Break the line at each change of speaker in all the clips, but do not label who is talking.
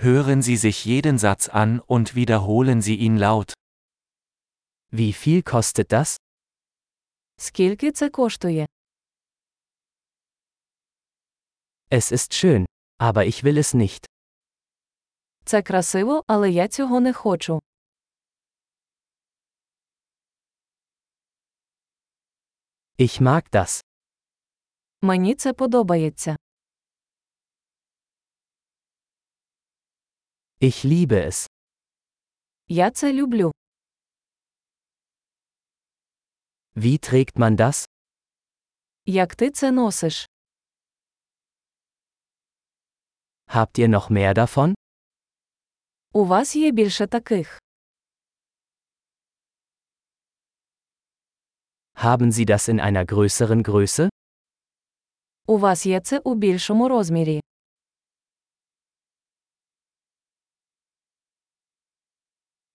Hören Sie sich jeden Satz an und wiederholen Sie ihn laut. Wie viel kostet das?
Скільки це коштує?
Es ist schön, aber ich will es nicht.
Це красиво, але я цього не хочу.
Ich mag das.
Мені це подобається.
Ich liebe es.
Я це люблю.
Wie trägt man das?
Як ти це носиш?
Habt ihr noch mehr davon?
У вас є більше таких.
Haben Sie das in einer größeren Größe?
У вас є це у більшому розмірі.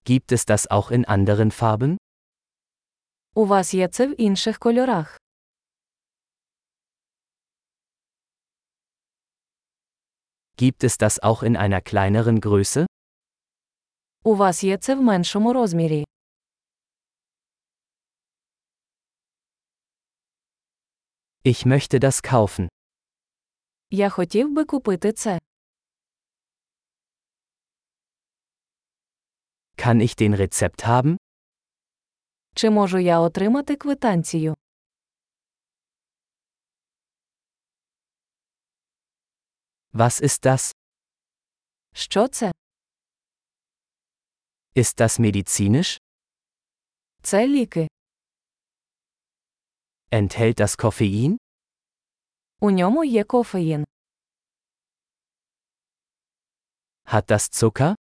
Gibt es das auch in anderen Farben?
У вас є це в інших кольорах.
Gibt es das auch in einer kleineren Größe?
У вас є це в меншому розмірі.
Ich möchte das kaufen.
Я хотів би купити це.
Kann ich den Rezept haben?
Чи можу я отримати квитанцію?
Was ist das?
Що це?
Ist das medizinisch?
Це ліки.
Enthält das Koffein?
У ньому є кофеїн.
Hat das Zucker?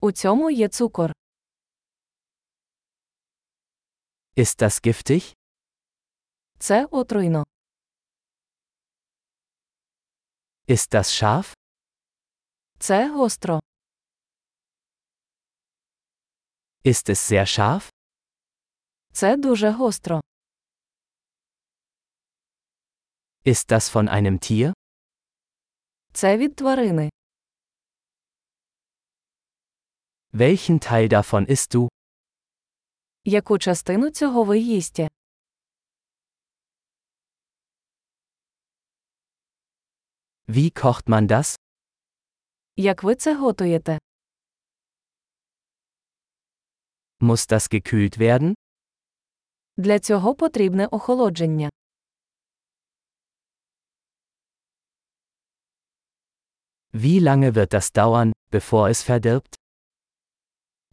У цьому є цукор.
Ist das giftig?
Це отруйно.
Ist das scharf?
Це гостро.
Ist es sehr scharf?
Це дуже гостро.
Ist das von einem Tier?
Це від тварини.
Welchen Teil davon isst du?
Яку частину цього ви їсте?
Wie kocht man das?
Як ви це готуєте?
Muss das gekühlt werden?
Для цього потрібне охолодження.
Wie lange wird das dauern, bevor es verdirbt?